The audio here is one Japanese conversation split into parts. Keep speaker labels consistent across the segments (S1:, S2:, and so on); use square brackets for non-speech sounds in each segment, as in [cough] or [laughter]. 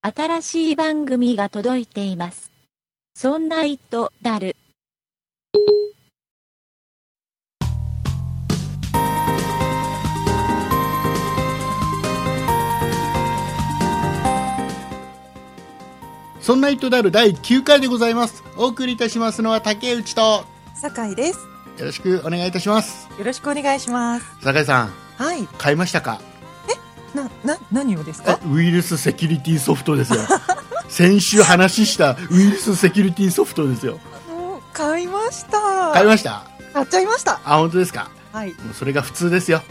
S1: 新しい番組が届いています。そんな糸だる。
S2: そんな糸である第9回でございます。お送りいたしますのは竹内と、
S3: 酒井です。
S2: よろしくお願いいたします。
S3: よろしくお願いします。
S2: 酒井さん、
S3: はい。
S2: 買いましたか
S3: な、な、何をですか
S2: ウイルスセキュリティソフトですよ。 [laughs] 先週話したウイルスセキュリティソフトですよ。
S3: もう買いました。
S2: 買いました
S3: 買っちゃいました。
S2: あ、本当ですか
S3: はい。
S2: もうそれが普通 [laughs] ですよ。ね、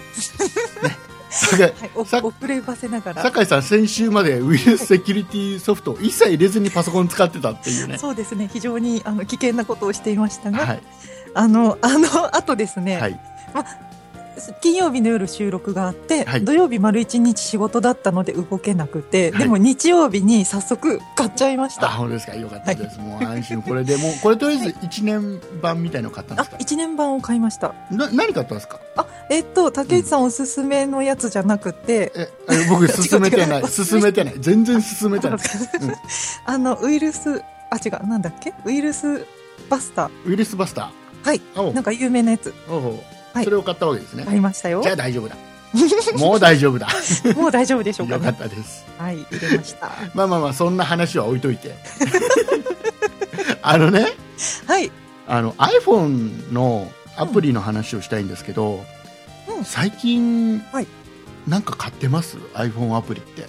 S2: 酒井
S3: はい、お
S2: さ
S3: 遅ればせながら。
S2: 酒井さん、先週までウイルスセキュリティソフトを一切入れずにパソコン使ってたっていうね。
S3: そうですね。非常にあの危険なことをしていましたが、
S2: はい。
S3: あのあの後ですね、
S2: はい。
S3: 金曜日の夜収録があって、
S2: はい
S3: 土曜日丸一日仕事だったので動けなくて、
S2: はい
S3: でも日曜日に早速買っちゃいまし
S2: あ、
S3: た。
S2: 本当ですかよかったです。もう安心。これでもう、これとりあえず1年版みたいの買ったんで
S3: あ
S2: す [laughs] か、
S3: 一年版を買いました。
S2: な何買ったんですか
S3: あ、えっと竹内さんおすすめのやつじゃなくて、
S2: ええ僕進めてな
S3: [laughs] 違う違
S2: いう進めてない全然進めてないうん
S3: あのウイルスあ違うなんだっけウイルスバスター
S2: ウイルスバスタ
S3: はい
S2: ーおう
S3: なんか有名なやつ
S2: おう
S3: はい
S2: それを買ったわけですね、
S3: 買いましたよ
S2: じゃあ大丈夫だもう大丈夫
S3: [laughs]
S2: だ
S3: もう大丈夫でしょうか
S2: よか
S3: ね
S2: ったです
S3: はい入れました
S2: まあまあまあそんな話は置いといて [laughs] あのね
S3: はい
S2: あの iPhone のアプリの話をしたいんですけど、
S3: うん
S2: 最近、
S3: はい
S2: なんか買ってます iPhone アプリって、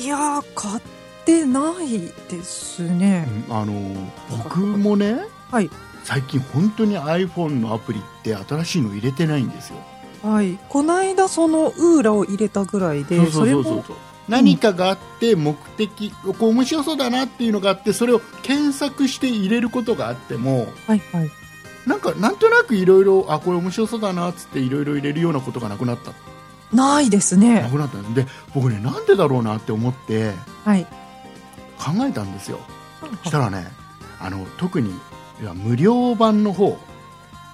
S3: いやー買ってないですね
S2: うんあの僕もね、
S3: はい
S2: 最近本当に iPhone のアプリって新しいの入れてないんですよ
S3: はいこないだそのウーラを入れたぐらいで
S2: そうそうそうそう
S3: れも
S2: 何かがあって目的、こう面白そうだなっていうのがあってそれを検索して入れることがあっても
S3: はいはい
S2: なんかなんとなくいろいろあこれ面白そうだなっつっていろいろ入れるようなことがなくなった
S3: ないです
S2: な
S3: ね
S2: くなったんですで僕ねなんでだろうなって思って
S3: はい
S2: 考えたんですよしたらねあの特にいや無料版の方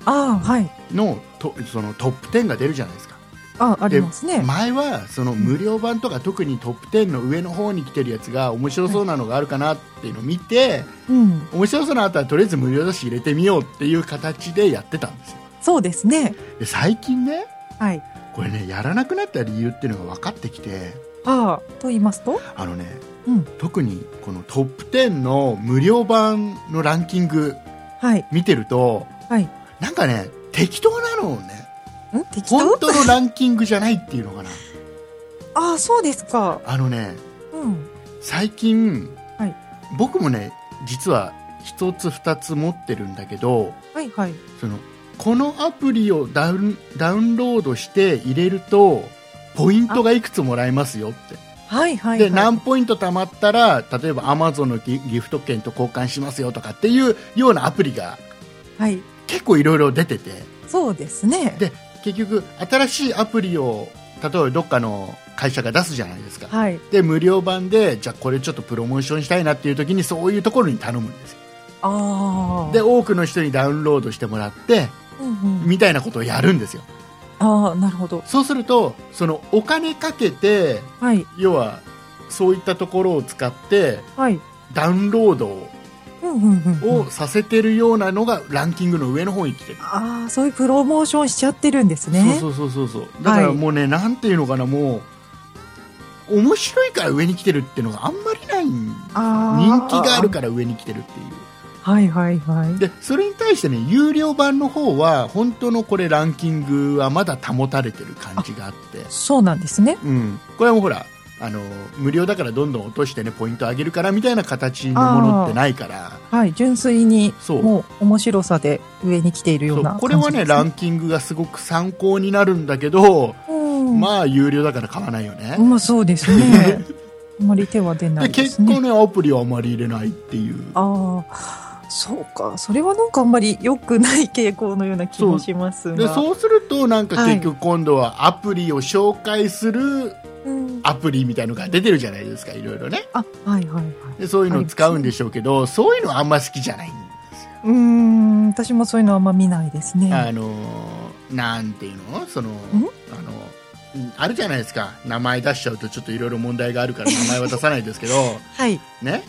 S3: あーはい
S2: のとそのトップ10が出るじゃないですか
S3: あありますね
S2: 前はその無料版とか特にトップ10の上の方に来てるやつが面白そうなのがあるかなっていうのを見て
S3: うん
S2: 面白そうなのあったらとりあえず無料だし入れてみようっていう形でやってたんですよ
S3: そうですね
S2: で最近ね
S3: はい
S2: これねやらなくなった理由っていうのが分かってきて
S3: ああと言いますと
S2: あのね、
S3: うん
S2: 特にこのトップ10の無料版のランキング
S3: はい
S2: 見てると
S3: はいん
S2: なんかね適当なのをね
S3: 適当
S2: 本当のランキングじゃないっていうのかな
S3: ああそうですか
S2: あのね
S3: うん
S2: 最近、
S3: はい
S2: 僕もね実は一つ二つ持ってるんだけど
S3: はいはい
S2: そのこのアプリをダウンダウンロードして入れるとポイントがいくつもらえますよって、
S3: はいはい、はい、
S2: で何ポイント貯まったら例えばアマゾンのギギフト券と交換しますよとかっていうようなアプリが
S3: はい
S2: 結構いろいろ出てて
S3: そうですね
S2: で結局新しいアプリを例えばどっかの会社が出すじゃないですか、
S3: はい
S2: で無料版でじゃあこれちょっとプロモーションしたいなっていう時にそういうところに頼むんですよ
S3: ああ
S2: で多くの人にダウンロードしてもらって
S3: うんうん、
S2: みたいなことをやるんですよ
S3: ああなるほど
S2: そうするとそのお金かけて
S3: はい
S2: 要はそういったところを使って
S3: はい
S2: ダウンロード
S3: うんうんうんうん
S2: をさせてるようなのがランキングの上の方に来てる、
S3: ああそういうプロモーションしちゃってるんですね
S2: そうそうそうそうそうだからもうね、なんていうのかなもう面白いから上に来てるっていうのがあんまりないん
S3: あ
S2: 人
S3: あ
S2: 気があるから上に来てるっていう
S3: はいはいはい
S2: でそれに対してね有料版の方は本当のこれランキングはまだ保たれてる感じがあって
S3: そうなんですね
S2: うん、これはもうほらあの無料だからどんどん落としてねポイント上げるからみたいな形のものってないから
S3: はい純粋に
S2: そう
S3: もう面白さで上に来ているよ
S2: そうう
S3: な
S2: これはねランキングがすごく参考になるんだけど、
S3: うんま
S2: まあ有料だから買わないよね
S3: あ、、まあそうで
S2: [laughs]
S3: すねあまり手は出な
S2: で
S3: いで
S2: 結
S3: すね
S2: 構ねアプリはあまり入れないっていう
S3: ああそうかそれはなんかあんまり良くない傾向のような気もしますが
S2: でそうするとなんか
S3: はい
S2: 結局今度はアプリを紹介する
S3: うん
S2: アプリみたいのが出てるじゃないですかいろいろね
S3: あはいはいはい
S2: でそういうのを使うんでしょうけど、そういうのはあんま好きじゃないんですよ、
S3: うーん、私もそういうのはあんま見ないですね。
S2: あのーなんていうのそのあのうんあるじゃないですか名前出しちゃうとちょっといろいろ問題がある
S3: [laughs]
S2: から名前は出さないですけど
S3: はい。
S2: ね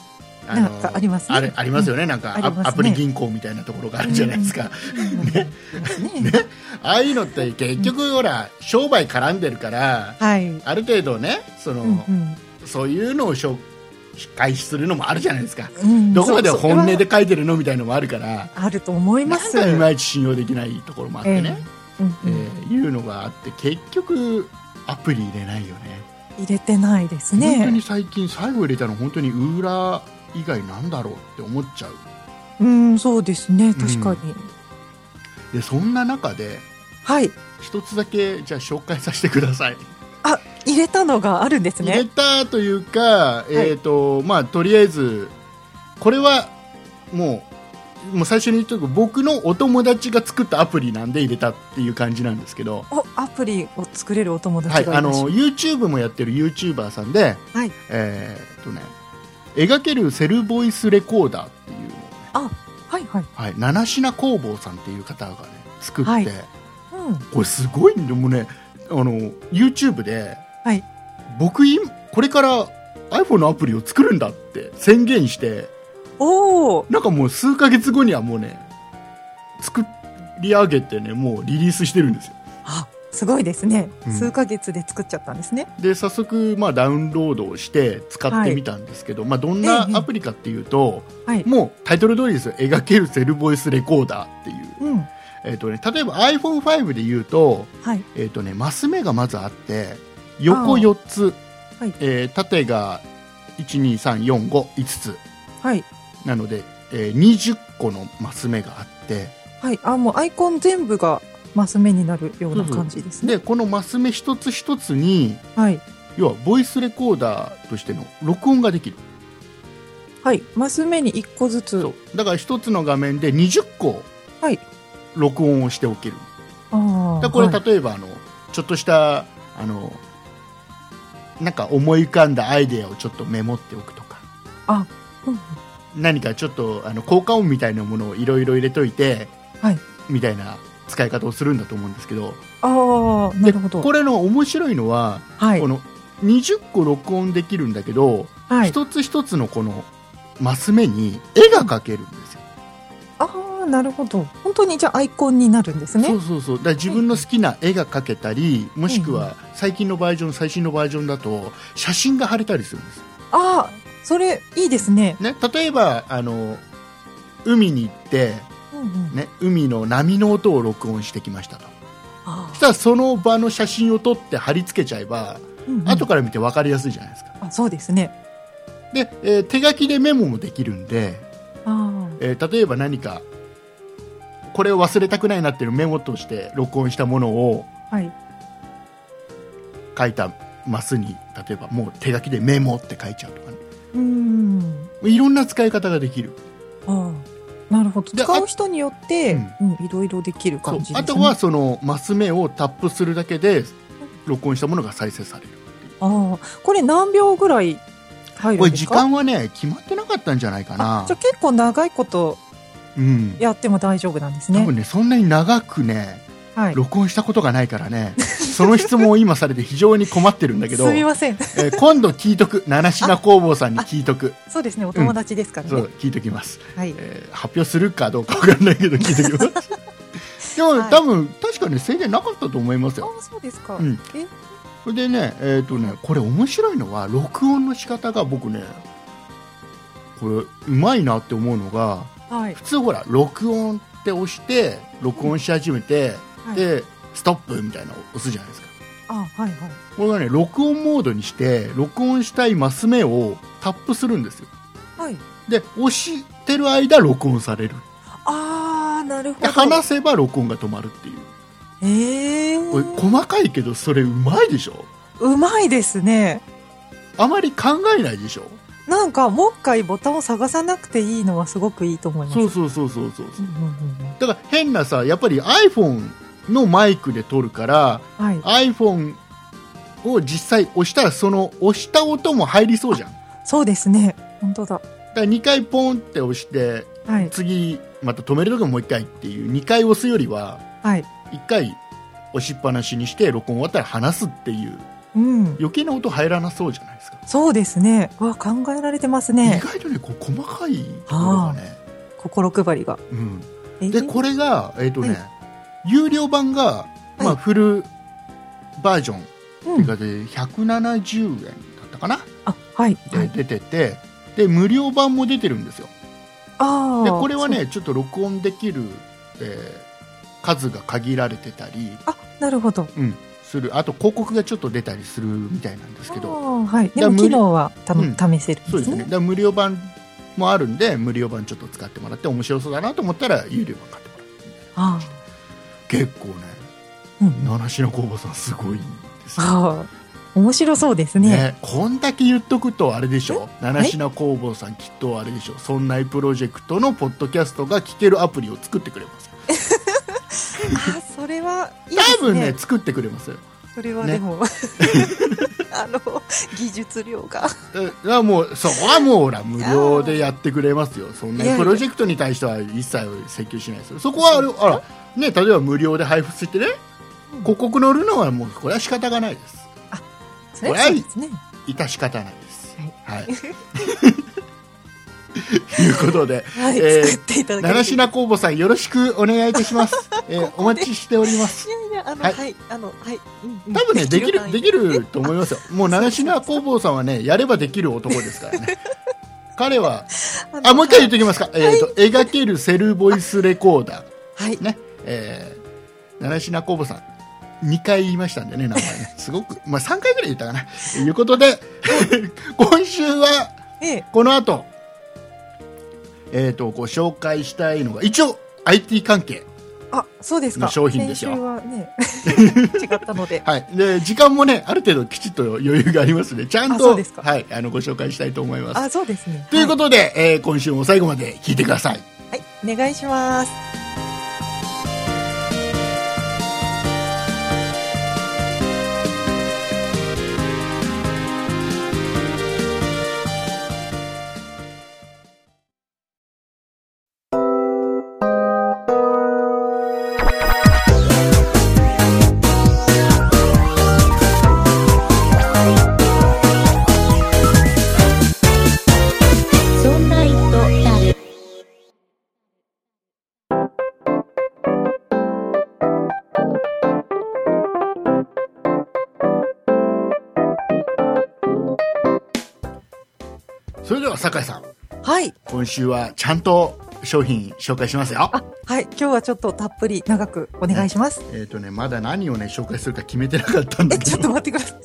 S3: なんかありますね
S2: あれありますよね、なんか
S3: ありますね
S2: アアプリ銀行みたいなところがあるじゃないですか、
S3: ね。ね。
S2: ああいうのって結局、ほら商売絡んでるから
S3: はい。うん
S2: ある程度ねその、
S3: うん
S2: そういうのを紹介するのもあるじゃないですか
S3: うん
S2: どこまで本音。
S3: そうそれ
S2: で書いてるのみたいのもあるから
S3: はあると思い
S2: な
S3: ま
S2: ん
S3: す。
S2: かいまいち信用できないところもあってね、
S3: うん
S2: え
S3: うん
S2: ーいうのがあって結局アプリ入れないよね
S3: 入れてないです
S2: 本当に
S3: ね。
S2: 最近最後入れたの本当にウーラー以外なんだろうって思っちゃう
S3: うん、そうですね。確かに。
S2: でそんな中で
S3: はい。
S2: 一つだけじゃあ紹介させてください、
S3: あ、入れたのがあるんです
S2: 入れ
S3: ね。
S2: たというか、
S3: い
S2: えっ、とまあとりあえずこれはもうもう最初に言っとく僕のお友達が作ったアプリなんで入れたっていう感じなんですけど、
S3: お、アプリを作れるお友
S2: は
S3: 達
S2: い、
S3: が
S2: あ
S3: いらっしゃ
S2: の
S3: る。
S2: YouTube もやってる YouTuber さんで、
S3: はい
S2: えーっとね描けるセルボイスレコーダーっていうのをね、
S3: はいはい。
S2: はい、七品工房さんっていう方がね作って、
S3: はいうん。
S2: これすごいんでもうねあの YouTube で、
S3: はい
S2: 僕今これから iPhone のアプリを作るんだって宣言して
S3: おお。
S2: なんかもう数ヶ月後にはもうね作り上げてねもうリリースしてるんですよ
S3: あ、すごいですね
S2: う。ん
S3: 数ヶ月で作っちゃったんですね。
S2: で早速、まあ、ダウンロードをして使ってみたんですけど、まあ、どんな
S3: ええ
S2: アプリかっていうと、
S3: はい
S2: もうタイトル通りですよ描けるセルボイスレコーダーっていう、
S3: うん。
S2: えっとね、例えば iPhone5 で言うと,、
S3: はい。
S2: えっとね、マス目がまずあって横4つ、
S3: はい
S2: えー縦が123455つ
S3: はい。
S2: なので、えー20個のマス目があって
S3: はい。あ、もうアイコン全部がマス目になるような感じですね。
S2: でこのマス目一つ一つに
S3: はい。
S2: 要はボイスレコーダーとしての録音ができる
S3: はい。マス目に一個ずつ。
S2: そうだから一つの画面で20個
S3: はい
S2: 録音をしておける、
S3: ああ。
S2: だからこれ、
S3: はい
S2: 例えばあのちょっとしたあのなんか思い浮かんだアイデアをちょっとメモっておくとか
S3: うん
S2: 何かちょっとあの効果音みたいなものをいろいろ入れといて、
S3: はい
S2: みたいな使い方をするんだと思うんですけど
S3: ああ、な
S2: で
S3: るほど。
S2: これの面白いのは、
S3: はい
S2: こ。の20個録音できるんだけど、
S3: はい。
S2: 一つ一つのこのマス目に絵が描けるんですよ、
S3: ああ、なるほど。本当にじゃあアイコンになるんです
S2: そ
S3: ね。
S2: うそうそうだから自分の好きな絵が描けたりもしくは最近のバージョン最新のバージョンだと写真が貼れたりするんですよ、
S3: ああ、それいいですね。
S2: ね、例えばあの海に行って、
S3: うんうん。
S2: ね、海の波の音を録音してきましたと
S3: あ
S2: そしたらその場の写真を撮って貼り付けちゃえば、
S3: ーうんうん
S2: 後から見て分かりやすいじゃないですか
S3: あ、そうですね。
S2: で、えー手書きでメモもできるんで、
S3: あ
S2: えー例えば何かこれを忘れたくないなっていうメモとして録音したものを
S3: あ、はい。
S2: 書いたマスに例えばもう手書きでメモって書いちゃうとかね
S3: うん。
S2: いろんな使い方ができる
S3: ああ、なるほど。
S2: で
S3: 使う人によって、
S2: う
S3: うん、いろいろできる
S2: そう
S3: 感じですね。
S2: あとは、そのマス目をタップするだけで録音したものが再生される
S3: ああ、これ何秒ぐらい入
S2: これ
S3: るん
S2: 時
S3: ですか
S2: 間はね決まってなかったんじゃないか
S3: あ
S2: な
S3: じゃあ結構長いこと
S2: うん
S3: やっても大丈夫なんです
S2: 多
S3: ね。
S2: 分ねそんなに長くね
S3: はい。
S2: 録音したことがないから
S3: [laughs]
S2: ねその質問を今されて非常に困ってるんだけど、
S3: す
S2: え
S3: みません。 [laughs]
S2: ー今度聞いとく七品工房さんに聞いとく
S3: そうですね。お友達ですからね。
S2: そう聞いときます、
S3: はい。
S2: えー発表するかどうか分かんないけど聞いときます
S3: [laughs]
S2: でも、
S3: はい
S2: 多分確かに制限なかったと思いますよ
S3: ああ、そうですか。
S2: うん
S3: え、
S2: それでねえっ、とねこれ面白いのは録音の仕方が僕ねこれうまいなって思うのが
S3: はい。
S2: 普通ほら録音って押して録音し始めて、
S3: はい
S2: でストップみたいなの押すじゃないですか
S3: ああ、はいはい。
S2: これがね録音モードにして録音したいマス目をタップするんですよ
S3: はい。
S2: で押してる間録音される
S3: ああ、なるほ
S2: で
S3: ど。
S2: 話せば録音が止まるっていう
S3: ええ
S2: これ細かいけどそれうまいでしょ
S3: うまいですね。
S2: あまり考えないでしょ
S3: なんか、もう一回ボタンを探さなくていいのはすごくいいと思います。
S2: そうそうそうそうそう
S3: うんうんうん
S2: だから変なさやっぱり iPhone のマイクで撮るから
S3: うんはい。
S2: iPhone を実際押したらその押した音も入りそうじゃんだか
S3: そうですね。本当だ。
S2: ら2回ポンって押して
S3: はい。
S2: 次また止めるときももう1回っていう2回押すよりは
S3: はい。
S2: 1回押しっぱなしにして録音終わったら話すっていう
S3: うん。
S2: 余計な音入らなそうじゃないですか、
S3: そうですね。うわ、考えられてます
S2: 意
S3: ね。
S2: 外とねこう細かいところがね、
S3: 心配りが。
S2: うん、
S3: えー
S2: でこれがえっ、とね、
S3: はい
S2: 有料版が、ま
S3: は
S2: あ、
S3: い
S2: フルバージョンって
S3: う。
S2: いうんかで170円だったかな、
S3: あ、はい。はい
S2: で出ててで無料版も出てるんですよ
S3: ああ。
S2: でこれはねちょっと録音できる、えー数が限られてたり、
S3: そう。あ、なるほど。
S2: うん、するあと広告がちょっと出たりするみたいなんですけ
S3: あ
S2: ど
S3: ーはい。で
S2: だから
S3: も
S2: 無理
S3: 機能はたの
S2: うん
S3: 試せるん
S2: そう
S3: で
S2: ですすねだ
S3: ね。
S2: から無料版もあるんで無料版ちょっと使ってもらって面白そうだなと思ったら有料版買ってもらう
S3: あ
S2: 結構ね
S3: あ。うん。
S2: 七品工房さんすごいんですよ
S3: ああ。面白そうですね。
S2: ね、こんだけ言っとくとあれでしょ七品工房さんきっとあれでしょそんないプロジェクトのポッドキャストが聞けるアプリを作ってくれますよ
S3: あ、それはいいですね。
S2: 多分ね作ってくれますよ
S3: それは
S2: ね [laughs]
S3: でも、あの技術量が
S2: えいやもうそこはもうほら無料でやってくれますよそんない
S3: やいや
S2: プロジェクトに対しては一切請求しないですよそこはあれあら、ね、例えば無料で配布してね広告載るのはもうこれは仕方がないです
S3: それはそうですね。
S2: 致し方ないです
S3: はい
S2: はい [laughs] ということで
S3: はい、
S2: えー
S3: 作っていただき
S2: 奈良品工房さんよろしくお願いいたし [laughs] ます、えーお待ちしております
S3: いやいやあの
S2: は
S3: はいい、あのはい、うんうん
S2: 多分
S3: [laughs]
S2: ねで [laughs] きるで
S3: る
S2: きると思いますよもう奈良品工房さんはねやればできる男ですから [laughs] ね彼は
S3: 範囲
S2: あ、もう一回言っておきますか。えっ、と、描けるセルボイスレコーダ
S3: はい
S2: ー。ね。えー、奈良品工房さん。2回言いましたんでね、名前 [laughs] ね。すごく。まあ、3回ぐらい言ったかな。ということで、 [laughs] 今週は、
S3: ええ
S2: この後、えっ、と、ご紹介したいのが、一応、IT 関係。
S3: あそうですか
S2: の商品ですよ
S3: 先週
S2: [laughs]
S3: はね違ったので
S2: はい。で、時間もね、ある程度きちっと余裕がありますね。ちゃん
S3: あそ
S2: と、
S3: うですか
S2: はい、あの、ご紹介したいと思います。
S3: あそうですね
S2: ということで、えー今週も最後まで聞いてください。
S3: はい、はいお願いします
S1: そんな糸だる。
S2: それでは、酒井さん。
S3: はい
S2: 今週はちゃんと商品紹介しますよ。
S3: あはい今日はちょっとたっぷり長くお願いします、
S2: えっ、とね、まだ何をね、紹介するか決めてなかったん
S3: え
S2: だけ
S3: ちょっ
S2: ど。
S3: と待ってください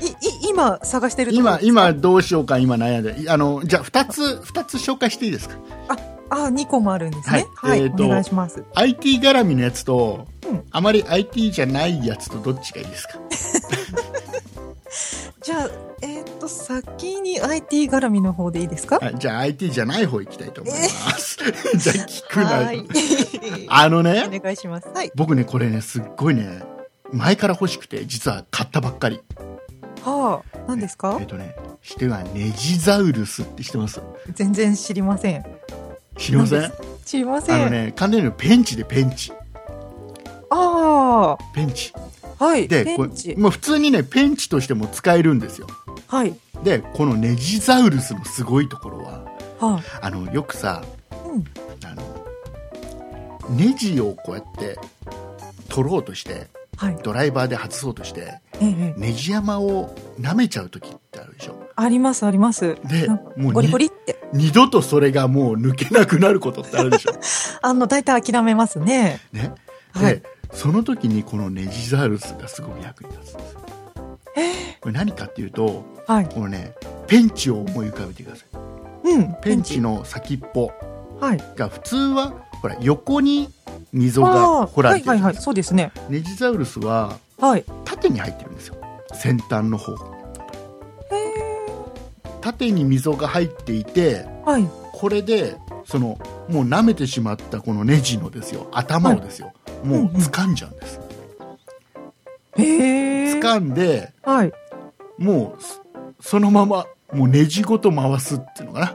S3: えいい今探してるところ
S2: 今、今どうしようか、今悩んで。いあの、じゃあ、二つ、二つ紹介していいですか。
S3: あ二個もあるんですね
S2: は
S3: はいい、
S2: えーと
S3: お願いします
S2: IT 絡みのやつと、
S3: うん
S2: あまり IT じゃないやつとどっちがいいですか。
S3: じゃあ、えっ、と、先に IT 絡みの方でいいですか、
S2: はい、じゃあ、IT じゃない方行きたいと思います。 [laughs] じゃあ、聞く
S3: は
S2: な
S3: ー
S2: よ。
S3: い。
S2: [laughs] あのね、
S3: お願いします。はい。
S2: 僕ね、これね、すっごいね、前から欲しくて、実は買ったばっかり。
S3: はあ、何ですか
S2: えっ、とね、してはネジザウルスって知ってます
S3: 全然知りません。
S2: 知りません
S3: 何です知りませ
S2: あ
S3: ん。
S2: のね、完全にペンチでペンチ。
S3: あ
S2: ペンチ。
S3: あ、はい。
S2: で、
S3: ペ
S2: こ
S3: ン
S2: れ
S3: チ。
S2: まあ普通にね、ペンチとしても使えるんですよ。
S3: はい。
S2: で、このネジザウルスのすごいところは、
S3: は
S2: あの、よくさ、
S3: あ、うん。
S2: あの、ネジをこうやって取ろうとして、
S3: はい。
S2: ドライバーで外そうとして、
S3: ええ、
S2: ネジ山を舐めちゃう時ってあるでしょ。
S3: あります、あります。
S2: で
S3: なんか
S2: もうに
S3: ゴリゴリって。
S2: 二度とそれがもう抜けなくなることってあるで
S3: [laughs]
S2: しょ。
S3: あの、大体諦めますね。
S2: ね。で、
S3: はい
S2: その時にこのネジザウルスがすごく役に立つんですよ。これ何かっていうと、
S3: はい。
S2: このね、ペンチを思い浮かべてください。
S3: うん。
S2: ペンチ。の先っぽ
S3: はい。
S2: が普通はほら横に溝
S3: あ
S2: が
S3: あ、
S2: 掘ら
S3: は
S2: れ
S3: い
S2: てる
S3: はい
S2: じゃな
S3: は
S2: で
S3: いい。
S2: すか
S3: そうですね。
S2: ネジザウルスは
S3: はい。
S2: 縦に入ってるんですよ先端の方
S3: へえ。
S2: 縦に溝が入っていて
S3: はい。
S2: これでそのもう舐めてしまったこのネジのですよ頭をですよ、もう掴んじゃうんです、
S3: へえ。
S2: 掴んで
S3: はい。
S2: もうそそのままもうネジごと回すっていうのかな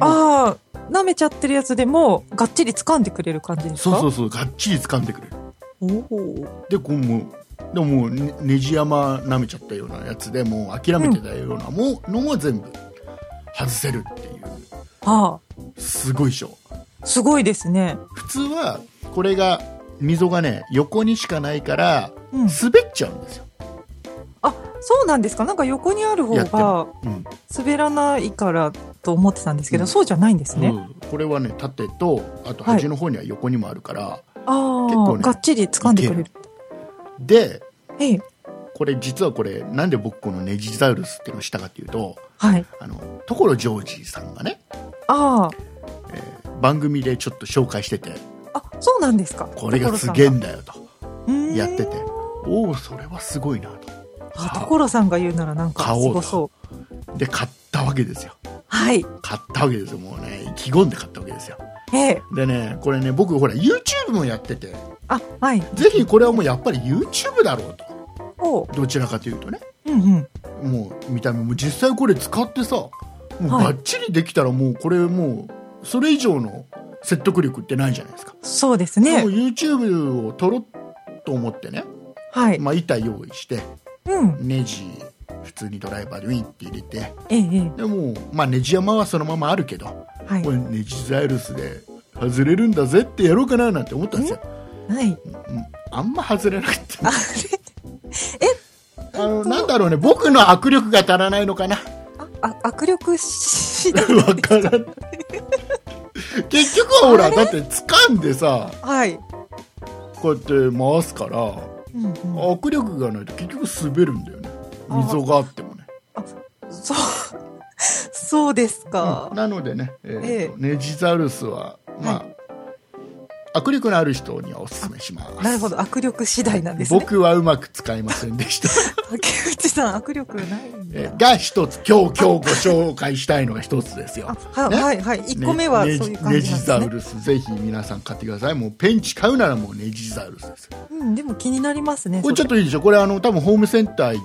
S3: ああ、舐めちゃってるやつでも、がっちり掴んでくれる感じです
S2: そう
S3: か
S2: そううそうがっちり掴んでくれる
S3: おお。
S2: でこうもうでももうねネジ山舐めちゃったようなやつでもう諦めてたようなもうのも全部外せるっていう
S3: あ
S2: すごいでしょ
S3: あ、すごいですね。
S2: 普通はこれが溝がね横にしかないから
S3: うん。
S2: 滑っちゃうんですよ、
S3: あ、そうなんですか。なんか横にある方
S2: やって
S3: が
S2: うん
S3: 滑らないからと思ってたんですけど、
S2: うん
S3: そうじゃないんですね。
S2: うんこれはね縦とあと
S3: はい
S2: 端の方には横にもあるから、
S3: あ
S2: 結
S3: あ、
S2: 構ね
S3: がっちり掴んでくれる。
S2: で
S3: ええ、
S2: これ実はこれなんで僕このネジザウルスっていうのをしたかっていうと
S3: はい。
S2: あの所ジョージさんがね
S3: あ
S2: 番組でちょっと紹介してて
S3: あ、あ、そうなんですか。
S2: これがすげえ
S3: 所
S2: んだよと
S3: さんが
S2: やってて。おおそれはすごいなと
S3: あ、所さんが言うならなんか
S2: 買
S3: す
S2: おうと
S3: ごそ
S2: で買ったわけですよ
S3: う。はい。
S2: 買ったわけですよもうね意気込んで買ったわけですよ
S3: ええ。
S2: でねこれね僕ほら YouTube もやってて
S3: あ、はい。
S2: ぜひこれはもうやっぱり YouTube だろうと
S3: おう。
S2: どちらかというとね
S3: うんうん。
S2: もう見た目も実際これ使ってさもう
S3: はい
S2: バッチリできたらもうこれもうそれ以上の説得力ってないじゃないですか、
S3: そうです
S2: も
S3: ね
S2: う。YouTube を撮ろうと思ってね、
S3: はい。
S2: まあ、板用意して
S3: うん。
S2: ネジ普通にドライバーでウィンって入れて
S3: ええ、ええ。
S2: でもう、まあ、ネジ山はそのままあるけど
S3: はい
S2: こ。れネジザイルスで外れるんだぜってやろうかななんて思ったんですよ、
S3: はい。
S2: うんあんま外れなくて
S3: あ
S2: あのなんだろうね僕の握力が足らないのかな
S3: あ、あ握力し、
S2: [laughs] わからん結局はほらだって掴んでさ
S3: はい。
S2: こうやって回すから
S3: うんうん
S2: 握力がないと結局滑るんだよね
S3: あ
S2: 溝があってもね
S3: そう、そうですか
S2: うん。なのでね、えーと
S3: ええ
S2: ネジザウルスはまあ、
S3: は
S2: 握力のある人にはおすすめします
S3: なるほど、握力次第なんですね。
S2: 僕はうまく使いませんで
S3: [laughs]
S2: した、
S3: 竹内さん、握力ないん
S2: えー
S3: だ。
S2: が一つ今日今日ご紹介したいのが一つですよ
S3: あ、は
S2: ね
S3: はい、はい。1個目はそういう感
S2: ネ
S3: じ
S2: ジ
S3: な
S2: ネ
S3: ん
S2: ジ
S3: です
S2: ザウルス
S3: ね。
S2: ぜひ皆さん買ってくださいもうペンチ買うならもうネジザウルスです
S3: うん、でも気になりますね。
S2: これちょっといいでしょこれあの多分ホームセンター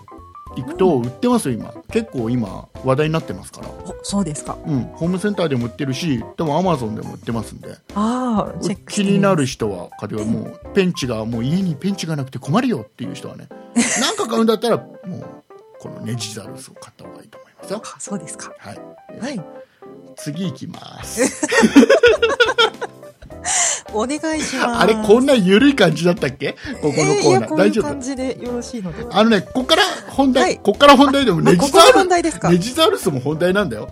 S2: 行くと売ってますよ今結構今話題になってますから、
S3: それおそうですか。
S2: うん、ホームセンターでも売ってるしでもアマゾンでも売ってますんで
S3: ああ、チェックし
S2: 気
S3: てみます
S2: になる。人は買ってくださいもうペンチがもう家にペンチがなくて困るよっていう人は
S3: [laughs]
S2: ねなんか買うんだったらもうこのネジザルスを買った方がいいと思いますよ
S3: あそうですか。
S2: はい
S3: はい。
S2: 次行きます
S3: お願いします。
S2: [laughs] あれこ
S3: ん
S2: んな緩い感じだったっけここのコーナー、
S3: 大
S2: 大丈
S3: 丈夫。こういう感
S2: 夫
S3: じでよろしいので。
S2: あのねこっから本題、
S3: はい
S2: こっから本題でも
S3: まあ
S2: ネ
S3: こ
S2: ジ
S3: こ
S2: ザ
S3: が
S2: ルス
S3: 問題ですか
S2: ネ。ジザウルスも本題なんだよ。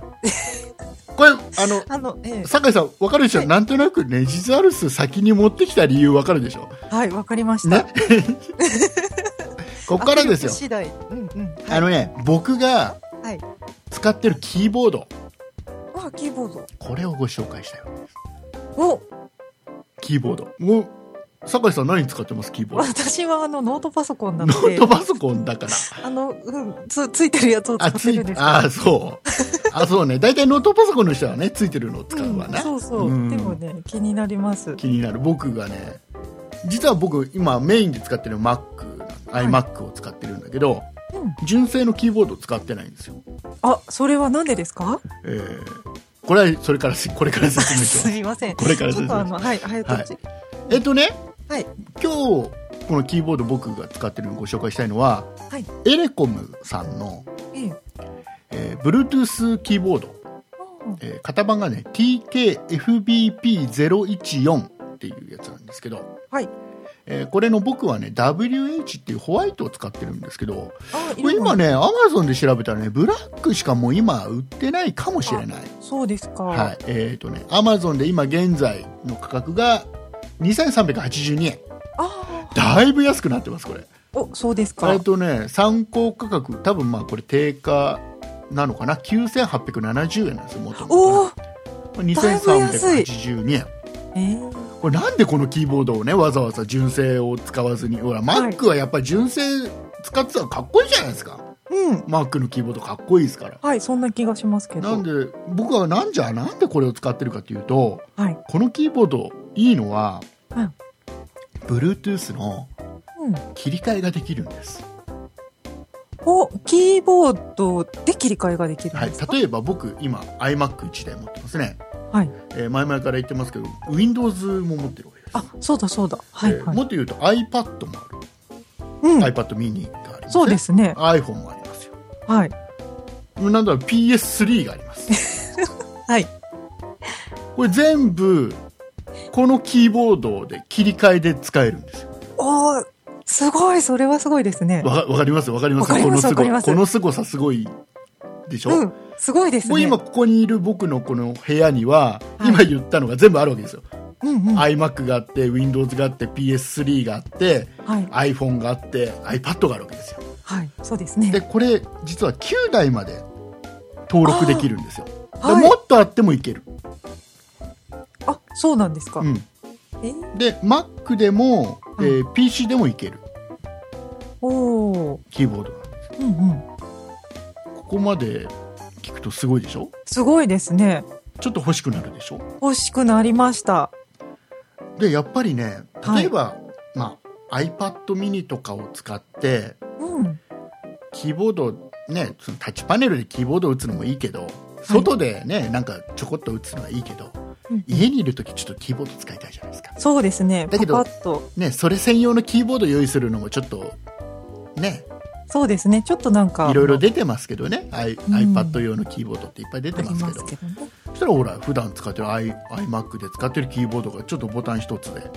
S2: これ、あの、
S3: あの、ええ
S2: 酒井さん、わかるでしょ、
S3: はい
S2: なんとなくネジザウルス先に持ってきた理由わかるでしょ
S3: はい、わかりました。
S2: ね。こっからですよ
S3: 握力。次第。うんうん。
S2: あのね、僕が
S3: はい。
S2: 使ってるキーボード、
S3: あ、キーボード。
S2: これをご紹介したよ。
S3: お、
S2: キーボード。もう、酒井さん何使ってますキーボー
S3: 私はあのノートパソコン
S2: ド。
S3: な
S2: ノ
S3: ので
S2: ート、パソコンだから。
S3: あの、うん、つついてるやつ [laughs] を使
S2: あ、
S3: っ
S2: つ
S3: て
S2: い
S3: るんです
S2: あ、そう。あ、そうね。大体ノートパソコンの人はね、ついてるのを使うわ
S3: うん
S2: な。
S3: そうそう、
S2: ん
S3: でもね、気になります。
S2: 気になる僕がね実は僕今メインで使ってる Mac
S3: い
S2: iMac を使ってるんだけど、
S3: うん
S2: 純正のキーボードを使ってないんですよ、
S3: あ、それはなんでですか？
S2: えーこれはそれからしこれから説明し
S3: [laughs] す
S2: ます
S3: みません。
S2: これから
S3: ちょ
S2: 説
S3: っとあ
S2: 明し
S3: の
S2: ます
S3: はい早とち。
S2: えっとね、
S3: はい
S2: 今日このキーボード僕が使ってるのをご紹介したいのは、
S3: はい
S2: エレコムさんの、
S3: ええ
S2: えー Bluetooth キーボード、えー型番がね TKFBP014 っていうやつなんですけど、
S3: はい。
S2: えーこれの僕はね WH っていうホワイトを使ってるんですけど
S3: あ、
S2: これ今
S3: ね。
S2: ねアマゾンで調べたらねブラックしかもう今売ってないかもしれない
S3: そうですか。
S2: はいえっ、とねアマゾンで今現在の価格が2382円
S3: あ
S2: だいぶ安くなってますこれ
S3: あ、お、そうですか。
S2: えっとね参考価格多分まあこれ定価なのかな9870円なんですよもと
S3: おお、
S2: 2382円
S3: ええ
S2: これなんでこのキーボードをねわざわざ純正を使わずにほら Mac はやっぱり純正使ってたらかっこいいじゃないですか
S3: うん。
S2: Mac のキーボードかっこいいですから
S3: はい、そんな気がしますけど。
S2: なんで僕はなんじゃなんでこれを使ってるかというと
S3: はい。
S2: このキーボードいいのは、
S3: うん
S2: Bluetooth の
S3: うん。
S2: 切り替えができるんです、
S3: お、キーボードで切り替えができるん
S2: はい
S3: ですか。、
S2: 例えば僕今 iMac1 台持ってますね、
S3: はい。
S2: えー前々から言ってますけど Windows も持ってるわけです
S3: あそうだそうだはい、
S2: えー
S3: はい
S2: もっと言うと iPad もある、
S3: うん
S2: iPad mini があります、ね、
S3: そうですね
S2: iPhone もありますよ
S3: はい
S2: なんだろう PS3 があります
S3: はい
S2: これ全部このキーボードで切り替えで使えるんですよ
S3: おーすごいそれはすごいですね
S2: [laughs] わかわかりますわかります
S3: わかり
S2: この
S3: ます
S2: す
S3: わか
S2: ご
S3: ります
S2: このすごさすごいでしょ、
S3: うんすごいですね
S2: もう今ここにいる僕のこの部屋には、
S3: はい
S2: 今言ったのが全部あるわけですよ、
S3: うんうんはい
S2: iMac があって Windows があって PS3 があって
S3: はい、
S2: iPhone があって iPad があるわけですよ
S3: そうですね
S2: でこれ実は9台まで登録できるんですよ、で
S3: はい
S2: もっとあってもいける、
S3: あそうなんですか、
S2: うん、
S3: え
S2: で Mac でも、えー PC でもいける
S3: おお
S2: キーボードが
S3: うんうん
S2: ここまで聞くとすごいでしょ
S3: すごいですね
S2: ちょっと欲しくなるでしょ
S3: 欲しくなりました
S2: でやっぱりね
S3: はい
S2: 例えば、まあ、iPad mini とかを使って
S3: うん
S2: キーボードねそのタッチパネルでキーボードを打つのもいいけど外でね、なんかちょこっと打つのはいいけど、
S3: うん
S2: 家にいる時ちょっとキーボード使いたいじゃないですか、
S3: そうですね
S2: だ
S3: パ
S2: けど
S3: パッと
S2: ね、それ専用のキーボード用意するのもちょっとね
S3: そうですねちょっとなんか
S2: いろいろ出てますけどね、I
S3: ん
S2: iPad 用のキーボードっていっぱい出
S3: あ
S2: て
S3: り
S2: ます
S3: ま
S2: けど
S3: すけどね
S2: そしたらほら普段使ってる i iMac で使ってるキーボードがちょっとボタン一つで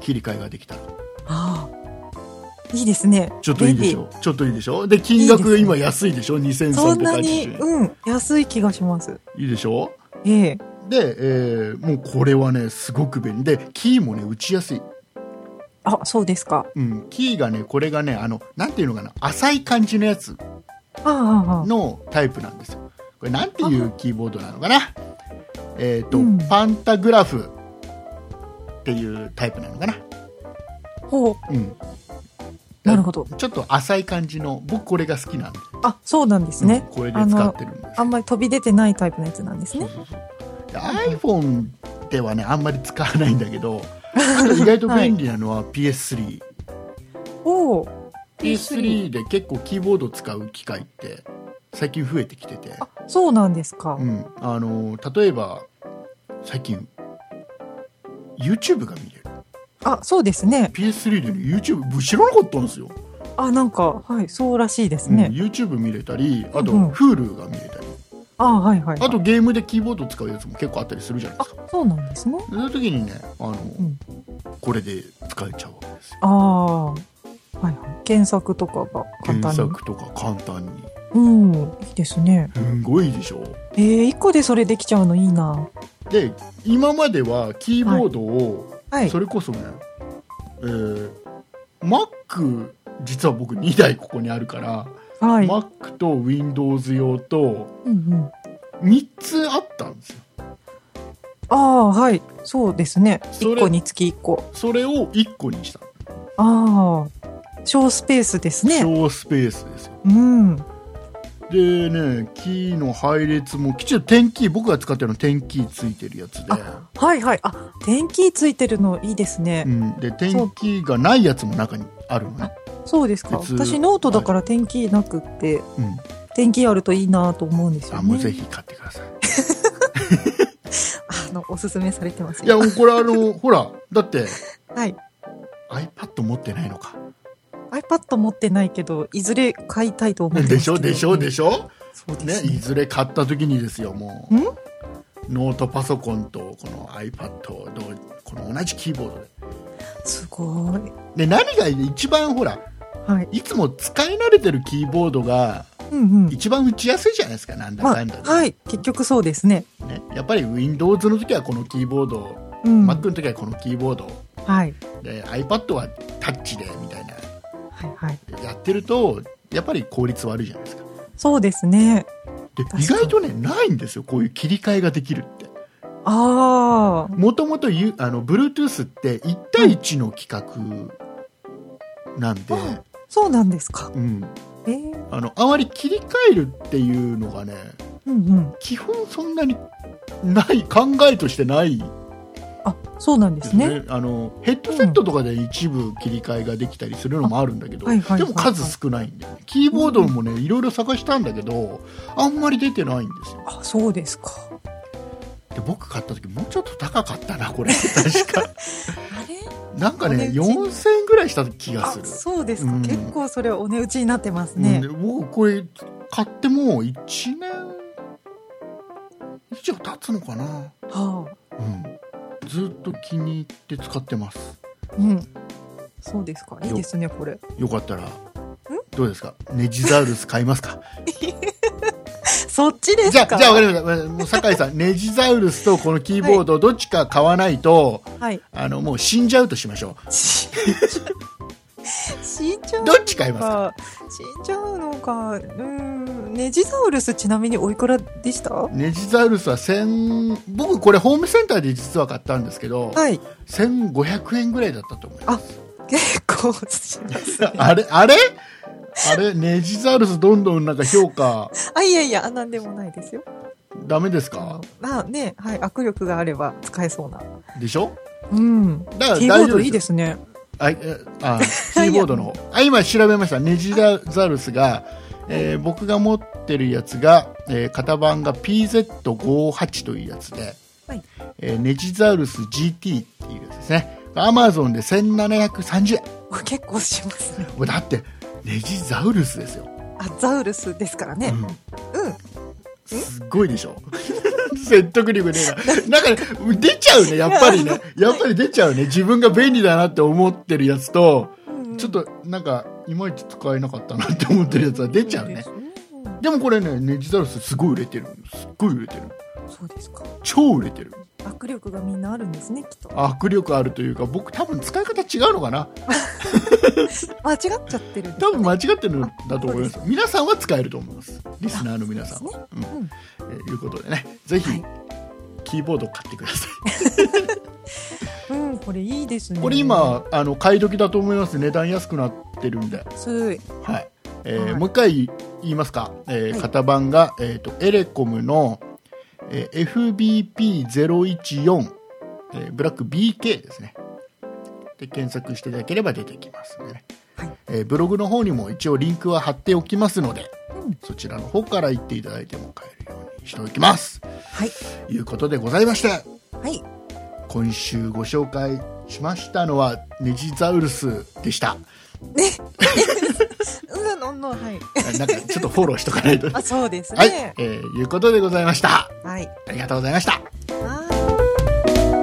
S2: 切り替えができたら
S3: ああいいですね
S2: ちょっといいでしょちょっといいでしょで金額が今安いでしょ
S3: 便利そんな
S2: 2380
S3: に
S2: 円、
S3: うん安い気がします
S2: いいでしょ
S3: ええ
S2: で、えーもうこれはねすごく便利でキーもね打ちやすい、
S3: あそうですか
S2: うん、キーがねこれがねあのなんていうのかな浅い感じのやつ
S3: ああああ
S2: のタイプなんですよこれなんていうキーボードなのかなえっ、と、
S3: うん
S2: パンタグラフっていうタイプなのかな
S3: あほう
S2: うん
S3: なるほど
S2: ちょっと浅い感じの僕これが好きなんで、
S3: あそうなんですね、
S2: うんこれで使ってるんです
S3: あんまり飛び出てないタイプのやつなんですね
S2: そうそうそうで iPhone ではねあんまり使わないんだけ
S3: [laughs]
S2: どあと意外と便利なのは PS3、
S3: おお
S2: PS3 で結構キーボード使う機会って最近増えてきてて、
S3: あそうなんですか、
S2: うん、あの例えば最近 YouTube が見れる
S3: あそうですね
S2: PS3 で、ね、YouTube 僕知らなかったんですよ、
S3: あなんかはいそうらしいです
S2: うん、
S3: ね、
S2: YouTube 見れたりあと
S3: うんうん
S2: Hulu が見れたり
S3: ああはいはいはい
S2: あとゲームでキーボード使うやつも結構あったりするじゃないで
S3: あ
S2: すか
S3: そうなんですね
S2: そういう時にねあの、
S3: ん
S2: これで使えちゃうわけですよ
S3: ああはいはい検索とかが簡単に
S2: 検索とか簡単に
S3: うんいいですね
S2: すごいでしょ
S3: えー、一個でそれできちゃうのいいな
S2: で今まではキーボードを、
S3: はい
S2: それこそね、えー、Mac 実は僕2台ここにあるから、
S3: はい、
S2: Mac と Windows 用と
S3: うんうん
S2: 3つあったんですよ
S3: ああはいそうですね
S2: それ
S3: 一個につき一個
S2: それを1個にした
S3: ああ小スペースですね
S2: 小スペースですよ
S3: うん
S2: でねキーの配列もきちんと点キー僕が使ってるの点キーついてるやつで、
S3: あはいはいあ電気ついてるのいいですね
S2: う、ん、で点キーがないやつも中にあるのね、
S3: そうですか
S2: 普通
S3: 私ノートだから天気なくって
S2: うん、
S3: 天気あるといいなと思うんですよ、ね、
S2: あもうぜひ買ってください
S3: あのおすすめされてます
S2: いや
S3: よ
S2: もうこれあのほらだって
S3: はい
S2: iPad 持ってないのか
S3: iPad 持ってないけどいずれ買いたいと思って
S2: でしょでしょで
S3: し
S2: しょ、
S3: ょそうで
S2: ね、
S3: すね
S2: いずれ買った時にですよも
S3: ん
S2: うノートパソコンとこの iPad を同この同じキーボード
S3: すごい
S2: でで何が一番ほら
S3: はい
S2: いつも使い慣れてるキーボードが
S3: うんうん
S2: 一番打ちやすいじゃないですかなんだ
S3: ま
S2: か
S3: あ
S2: んだ、で
S3: はい結局そうですね
S2: ね、やっぱり Windows の時はこのキーボード、
S3: うん、
S2: Mac の時はこのキーボード
S3: はい
S2: で iPad はタッチでみたいな
S3: はいはい
S2: やってるとやっぱり効率悪いじゃないですか
S3: そうですね
S2: で
S3: 確かに
S2: 意外とねないんですよこういう切り替えができるって
S3: ああ
S2: もともとゆあの Bluetooth って1対1の規格なんで、
S3: うんそうなんですか
S2: うん
S3: えー、
S2: あのあまり切り替えるっていうのがね
S3: うんうん
S2: 基本そんなにない考えとしてない
S3: あそうなんで
S2: ですす
S3: ね
S2: ねあのヘッドセットとかで一部切り替えができたりするのもあるんだけど、
S3: あはいはい
S2: でも
S3: はいはい
S2: 数少ないんだよねキーボードもね、いろいろ探したんだけどあんまり出てないんですよ
S3: あそうですか [laughs]
S2: で僕買った時もうちょっと高かったなこれ確か
S3: あれ
S2: なんかね、
S3: お値打ち
S2: 4000円ぐらいした気が
S3: あ
S2: する。
S3: そうですか、
S2: うん
S3: 結構それお値打ちになってます
S2: う
S3: ね、
S2: んで僕これ買ってもう1年以上経つのかな、
S3: は
S2: うん、ずっと気に入って使ってます
S3: あうんそうですかいいですねこれ
S2: よかったらどうですかネジザウルス買いますか
S3: そっち [laughs] です
S2: じゃ
S3: か
S2: あじゃあ分かりましたわかりましたもう酒井さん
S3: [laughs]
S2: ネジザウルスとこのキーボードどっちか買わないと、
S3: はい [laughs]
S2: あのもう死んじゃうとしましょ
S3: 死んじゃ
S2: う
S3: う
S2: どっち買いますか
S3: か死んじゃうのかうんネジザウルスちなみにおいくらでしたは
S2: ネジザウルスは1000僕これホームセンターで実は買ったんですけど、
S3: い
S2: 1500円ぐらいだったと思います
S3: 結構しますね
S2: あれあれあれネジザウルスどんどんなんか評価
S3: あいやいやなんでもないですよ
S2: ダメですか
S3: まあねはい握力があれば使えそうな
S2: でしょ
S3: うんキ
S2: だから
S3: ー
S2: 大
S3: ボー
S2: 丈夫
S3: ドいい
S2: で
S3: ですすね
S2: あえあキーボードの方あ今調べましたネジザウルスが、えー僕が持ってるやつが、えー型番が PZ58 というやつで、
S3: はい
S2: えーネジザウルス GT っていうやつですねアマゾンで1730円
S3: 結構しますね
S2: これだってネジザウルスですよ、
S3: あザウルスですから
S2: う
S3: ね
S2: ん
S3: うん
S2: すごいでしょ [laughs] 説得力ねえな。なんかね、出ちゃうね、やっぱりね。やっぱり出ちゃうね。自分が便利だなって思ってるやつと、
S3: うん
S2: ちょっとなんか、いまいち使えなかったなって思ってるやつは出ちゃうね
S3: そ。ですね
S2: でもこれね、ネジザルスすごい売れてる。すっごい売れてる。
S3: そうですか
S2: 超売れてる。
S3: 握力がみんなあるんですねきっと
S2: 握力あるというか、僕多分使い方違うのかな。
S3: 間違っちゃってるんですね
S2: 多分間違ってるんだと思います。皆さんは使えると思います。リスナーの皆さんは。うん
S3: うん
S2: えーいうことでね、ぜひ、
S3: はい
S2: キーボード買ってください。
S3: うん、これいいですね。
S2: これ今、あの買い時だと思います値段安くなってるんで、
S3: 安い。
S2: はいえー
S3: はい
S2: もう一回言いますか、えー
S3: はい
S2: 型番が、えー、とエレコムの、えー FBP014、えーブラック BK ですねで検索していただければ出てきますんでね、
S3: はい
S2: えーブログの方にも一応リンクは貼っておきますので、
S3: うん
S2: そちらの方から行っていただいても買えるようにしておきます
S3: はい。
S2: ということでございまして
S3: はい。
S2: 今週ご紹介しましたのはネジザウルスでした
S3: うん、うん、うん、はい。
S2: なんかちょっとフォローしとかないと。
S3: あ、そうです
S2: はい、
S3: ね。
S2: えーいうことでございました。
S3: はい。
S2: ありがとうございました。
S3: はい。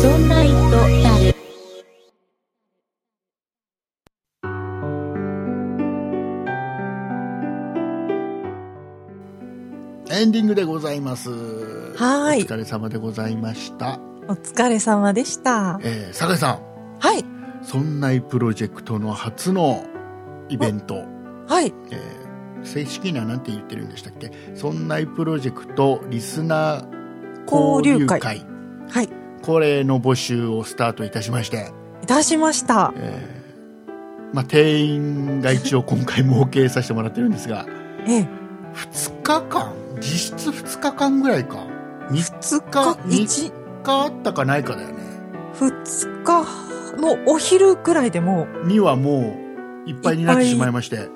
S1: そんな糸だる。
S2: エンディングでございます。
S3: はい
S2: お疲れ様でございました。
S3: お疲れ様でした。
S2: えー、酒井さん、
S3: はい。
S2: そんないプロジェクトの初のイベント、
S3: はい。
S2: えー正式にはなんて言ってるんでしたっけそんないプロジェクトリスナー
S3: 交流会はい。
S2: これの募集をスタートいたしまして、
S3: いたしました。
S2: えーまあ、定員が一応今回設けさせてもらってるんですが、
S3: ええ、
S2: 2日間実質2日間ぐらいか3
S3: 二
S2: 日
S3: 日、
S2: 三
S3: 一、
S2: 日あったかないかだよね
S3: 二日のお昼くらいでも
S2: にはもういっぱいになって
S3: いっぱい
S2: しまいまして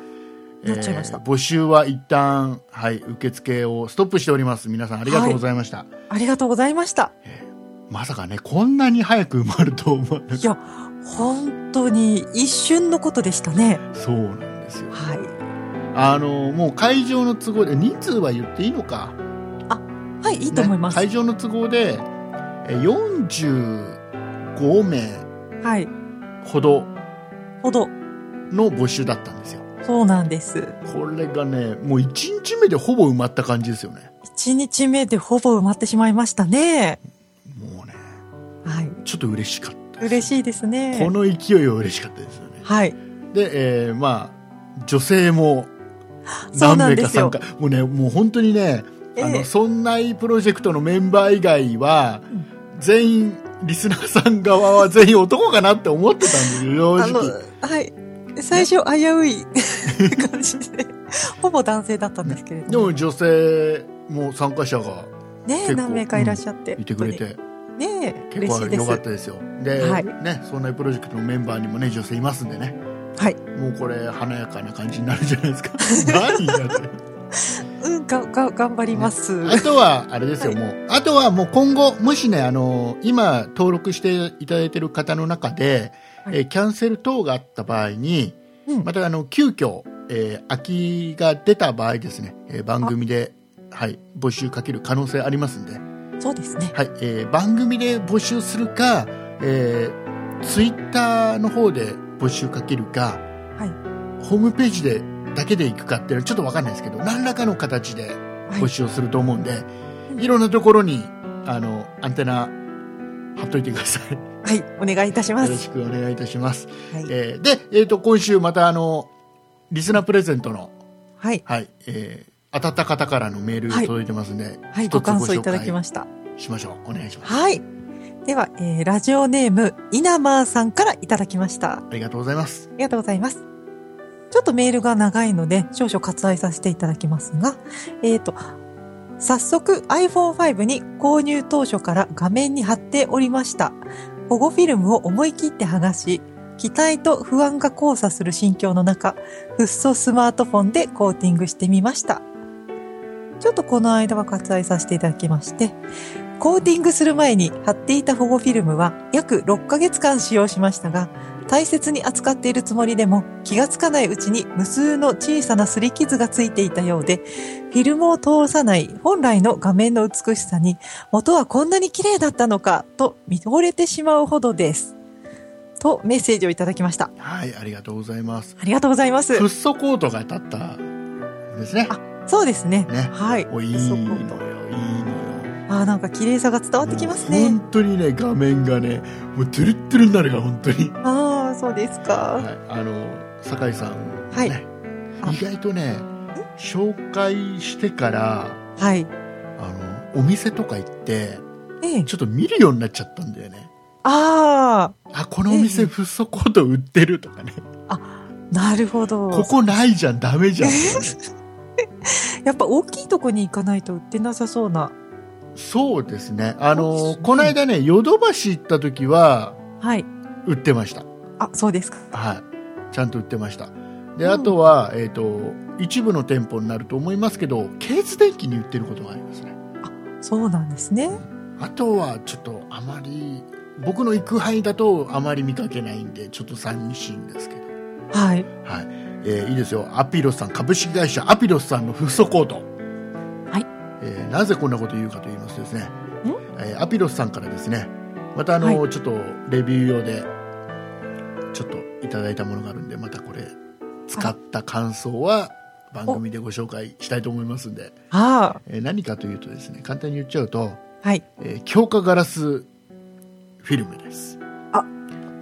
S3: なっちゃいました
S2: 募集は一旦、はい、受付をストップしております皆さんありがとうございました、
S3: う、ありがとうございました。
S2: まさかねこんなに早く埋まると思わなく
S3: いや、本当に一瞬のことでしたね。
S2: そうなんですよ
S3: はい。
S2: あのもう会場の都合で人数は言っていいのか
S3: はい、いいと思います。
S2: ね会場の都合でえ45名
S3: はい。
S2: ほど
S3: ほど、
S2: の募集だったんですよ
S3: そうなんです。
S2: これがねもう1日目でほぼ埋まった感じですよね
S3: 一日目でほぼ埋まってしまいましたね。
S2: もうね
S3: はい。
S2: ちょっと嬉しかったです
S3: 嬉しいですね。
S2: この勢いは嬉しかったですよね
S3: はい。
S2: で、えーまあ女性も
S3: [laughs] そう
S2: 何
S3: なん
S2: 名
S3: で
S2: か
S3: すよ
S2: 参加もうねもう本当にねあ
S3: え
S2: の
S3: え
S2: そんないプロジェクトのメンバー以外は
S3: うん
S2: 全員リスナーさん側は全員男かなって思ってたんですよ
S3: あ
S2: 正
S3: の
S2: 直、
S3: はい。最初危
S2: [laughs]
S3: うい感じで、ほぼ男性だったんですけれ
S2: で
S3: ども。
S2: も女性も参加者が
S3: ね
S2: 結構
S3: え、何名かいらっしゃって。
S2: いてくれて
S3: 本当に。ねえ、
S2: 結
S3: 嬉し
S2: 構
S3: いで
S2: 良
S3: す。
S2: かったですよで、
S3: はい
S2: ねそんなプロジェクトのメンバーにもね女性いますんでね
S3: はい。
S2: もうこれ華やかな感じになるじゃない
S3: [laughs]
S2: ですか何やって
S3: うん、が、が、頑張ります。
S2: あとは、あれですよ、
S3: はい
S2: もう。あとは、もう今後、もしね、あの、今、登録していただいている方の中で、
S3: はい
S2: えーキャンセル等があった場合に、
S3: うん
S2: また、あの、急遽、えー空きが出た場合ですね、えー番組で、はい、募集かける可能性ありますんで、は
S3: そうですね。
S2: い、えー番組で募集するか、えー、ツイッターの方で募集かけるか、
S3: はい。
S2: ホームページで、だけで行くかっていうのはちょっとわかんないですけど、何らかの形で
S3: はい
S2: 募集をすると思うんで、
S3: うん
S2: い、ろんなところにあのアンテナ貼っといてください。よ
S3: はい、お願いいたしま
S2: ろ
S3: す。
S2: しくお願いいたします。
S3: はい。
S2: えーで、えっ、と、今週またあの、リスナープレゼントの、
S3: はい。
S2: はい、えー当たった方からのメールが
S3: はい
S2: 届いてますんで、
S3: はい、
S2: 一つご
S3: ご感
S2: 紹
S3: 想
S2: 介
S3: いただきました。
S2: しましょう。お願いします。
S3: はい。では、えーラジオネーム、イナマーさんからいただきました。あ
S2: ありがとうございます。
S3: りがとうございます。ちょっとメールが長いので、少々割愛させていただきますが、えっ、と、早速 iPhone5 に購入当初から画面に貼っておりました。保護フィルムを思い切って剥がし、期待と不安が交差する心境の中、フッ素スマートフォンでコーティングしてみました。ちょっとこの間は割愛させていただきまして、コーティングする前に貼っていた保護フィルムは約6ヶ月間使用しましたが、大切に扱っているつもりでも気がつかないうちに無数の小さな擦り傷がついていたようで、フィルムを通さない本来の画面の美しさに、元はこんなに綺麗だったのかと見とれてしまうほどです。とメッセージをいただきました。
S2: はい、ありがとうございます。
S3: ありがとうございます。
S2: フッ素コートが当たったんですね。
S3: そうですね。
S2: ね
S3: はい。
S2: おいいのよ、いい
S3: そう
S2: のよ。
S3: あーなんか綺麗さが伝わってきます
S2: もう
S3: ね。
S2: 本当にね、画面がね、もうトゥルットゥルになるから、本当に。
S3: ああ、そうです
S2: はい
S3: か。、
S2: あの、酒井さん、ね、
S3: はいあ
S2: 意外とね、紹介してから、
S3: はい。
S2: あの、お店とか行って、
S3: ええ。
S2: ちょっと見るようになっちゃったんだよね。
S3: あ
S2: あ、このお店、
S3: ええ
S2: フッ素コート売ってるとかね。
S3: あ、なるほど。
S2: ここないじゃん、ダメじゃん。
S3: やっぱ大きいとこに行かないと売ってなさそうな。
S2: そうですね。あ
S3: そう
S2: の
S3: です、ね
S2: この間ね、ヨドバシ行った時は、
S3: はい。
S2: 売ってました。
S3: あ、そうですか。
S2: はい。ちゃんと売ってました。で、
S3: うん
S2: あとは、えっ、と、一部の店舗になると思いますけど、ケース電機に売ってることがありますね。
S3: そうなんですね。
S2: あとは、ちょっとあまり、僕の行く範囲だとあまり見かけないんで、ちょっと寂しいんですけど。
S3: はい。
S2: はい。えーいいですよ。アピロスさん、株式会社アピロスさんのフッ素コート。
S3: はい。
S2: えーなぜこんなこと言うかと言いますとですね、えーアピロスさんからですね、またあの、
S3: は
S2: ちょっとレビュー用で、ちょっといただいたものがあるんで、またこれ、使った感想は番組でご紹介したいと思いますんで、
S3: あ
S2: えー何かというとですね、簡単に言っちゃうと、
S3: あ。はい。
S2: えー強化ガラスフィルムです。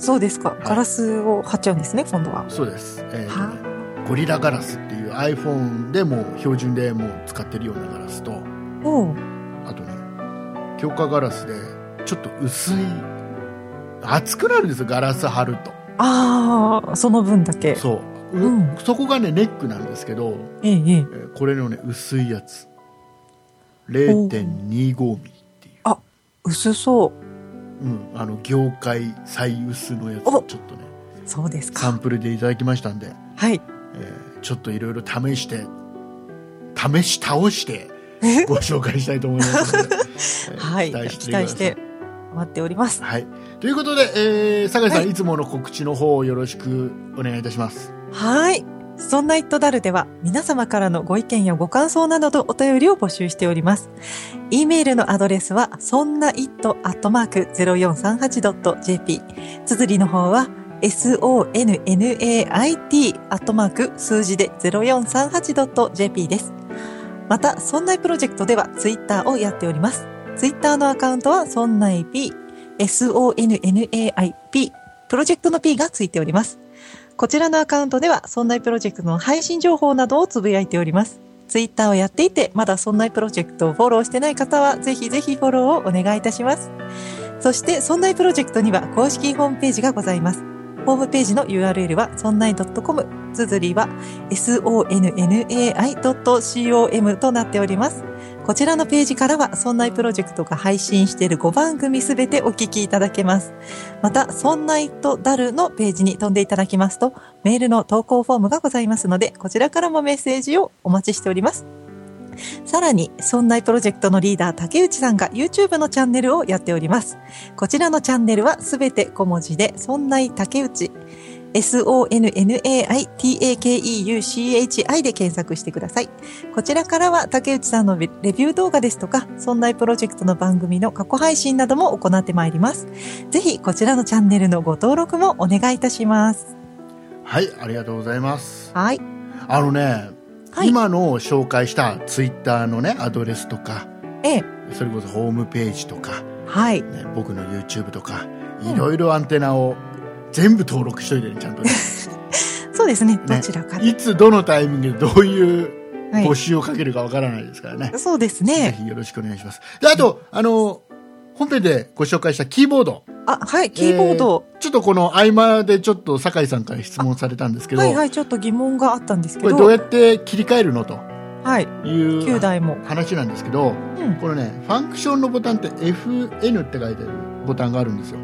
S3: そうですか。
S2: い
S3: ガラスを貼っちゃうんですね、今度は。
S2: そうです。えーとね
S3: は
S2: ゴリラガラスっていう iPhone でも標準でもう使ってるようなガラスと
S3: おう
S2: あとね強化ガラスでちょっと薄い厚くなるんですよガラス貼ると
S3: ああ、その分だけ。
S2: そう、
S3: うん
S2: そこがねネックなんですけど、
S3: ええ、ええ
S2: え。ーこれのね薄いやつ0.25ミリってい、
S3: 薄そう
S2: うん、あの業界最薄のやつちょ
S3: お
S2: っとね
S3: う。そうです
S2: サン
S3: か。
S2: プルでいただきましたんで、
S3: はい。
S2: えーちょっといろいろ試して試し倒してご紹介したいと思いますの
S3: [laughs]
S2: で、えー
S3: はい。期待し
S2: くだ
S3: て
S2: さい。
S3: 待っております。
S2: はい、ということで、えー、酒井さん、、
S3: はい
S2: つもの告知の方をよろしくお願いいたします。
S3: はい。そんなイットダルでは皆様からのご意見やご感想などのお便りを募集しております。e メールのアドレスはそんな it.0438.jp。綴りの方は sonnait アットマーク数字で 0438.jp です。また、そんないプロジェクトではツイッターをやっております。ツイッターのアカウントはそんない p、sonnaip、プロジェクトの p がついております。こちらのアカウントでは、そんないプロジェクトの配信情報などをつぶやいております。ツイッターをやっていて、まだそんないプロジェクトをフォローしてない方は、ぜひぜひフォローをお願いいたします。そして、そんないプロジェクトには公式ホームページがございます。ホームページの URL は、そんない .com、つづりは sonnai.com となっております。こちらのページからは、そんないプロジェクトが配信している5番組すべてお聞きいただけます。また、そんないとダルのページに飛んでいただきますと、メールの投稿フォームがございますので、こちらからもメッセージをお待ちしております。さらに、そんないプロジェクトのリーダー、竹内さんが YouTube のチャンネルをやっております。こちらのチャンネルはすべて小文字で、そんない竹内、sonnaitakeuchi で検索してください。こちらからは竹内さんのレビュー動画ですとか、そんないプロジェクトの番組の過去配信なども行ってまいります。ぜひ、こちらのチャンネルのご登録もお願いいたします。
S2: はい、ありがとうございます。
S3: はい。
S2: あのね、
S3: はい。
S2: 今の紹介したツイッターのね、アドレスとか、
S3: ええ。
S2: それこそホームページとか、
S3: はい。
S2: ね、僕の YouTube とか、
S3: うん
S2: いろいろアンテナを全部登録しといてね、ちゃん
S3: [laughs]
S2: とね。
S3: そうですね。どちらか。
S2: いつ、どのタイミングでどういう
S3: は
S2: 募集をかけるかわからないですからね。
S3: い。そうです
S2: ぜ
S3: ね。
S2: ひよろしくお願いします。で、あと、あの、本編でご紹介したキーボード。
S3: あ、はい。キーボード。
S2: ちょっとこの合間でちょっと酒井さんから質問されたんですけど、
S3: はいはい。ちょっと疑問があったんですけ
S2: これ
S3: ど。
S2: どうやって切り替えるのと
S3: はい。
S2: い
S3: 9
S2: う
S3: 台も。
S2: 話なんですけど、
S3: うん。
S2: このね、ファンクションのボタンって FN って書いてあるボタンがあるんですよ。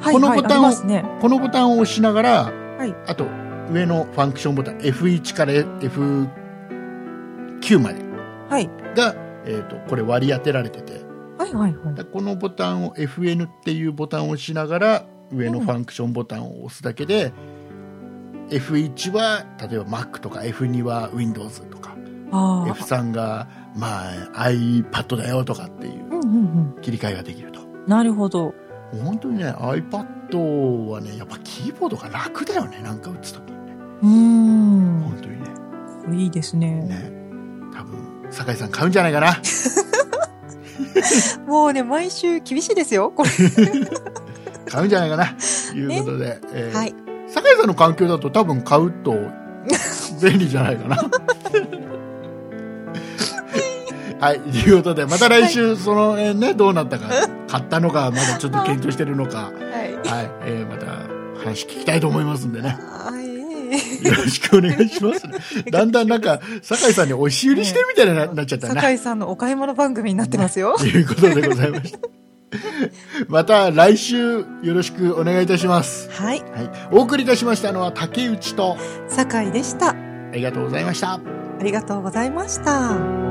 S3: はい
S2: この
S3: はい。
S2: ボ
S3: あ
S2: タ
S3: り
S2: ンを
S3: ますね。
S2: このボタンを押しながら、
S3: い
S2: あと上のファンクションボタン F1 から F9 まで
S3: はい。
S2: が、えー、とこれ割り当てられてて
S3: はいはいはい。
S2: だこのボタンを FN っていうボタンを押しながら上のファンクションボタンを押すだけで、F1 は例えば Mac とか F2 は Windows とか
S3: ああ。
S2: F3 が、まあ、iPad だよとかっていう
S3: うんうん
S2: 切り替えができると。
S3: うん。なるほど。
S2: もう本当にね iPad はねやっぱキーボードが楽だよねなんか打つときにね
S3: うーん。
S2: 本当にね
S3: これいいですね。
S2: ね多分酒井さん買うんじゃないかな
S3: もうね、毎週厳しいですよ。これ。
S2: 買うんじゃないか
S3: [laughs]
S2: なということで、えー
S3: はい。
S2: 酒井さんの環境だと多分買うと便利じゃないかなはいということでまた来週その辺ねどうなったか買ったのかまだちょっと検討してるのか
S3: はい。
S2: はい、えーまた話聞きたいと思いますんでね
S3: はい。
S2: よろしくお願いします、だんだんなんか、酒井さんに押し売りしてるみたいにななっちゃったな。
S3: 酒井さんのお買い物番組になってますよ。
S2: ということでございました。また来週よろしくお願いいたします。
S3: はい。
S2: はい、お送りいたしましたのは竹内と
S3: 酒井でした。
S2: ありがとうございました。
S3: ありがとうございました。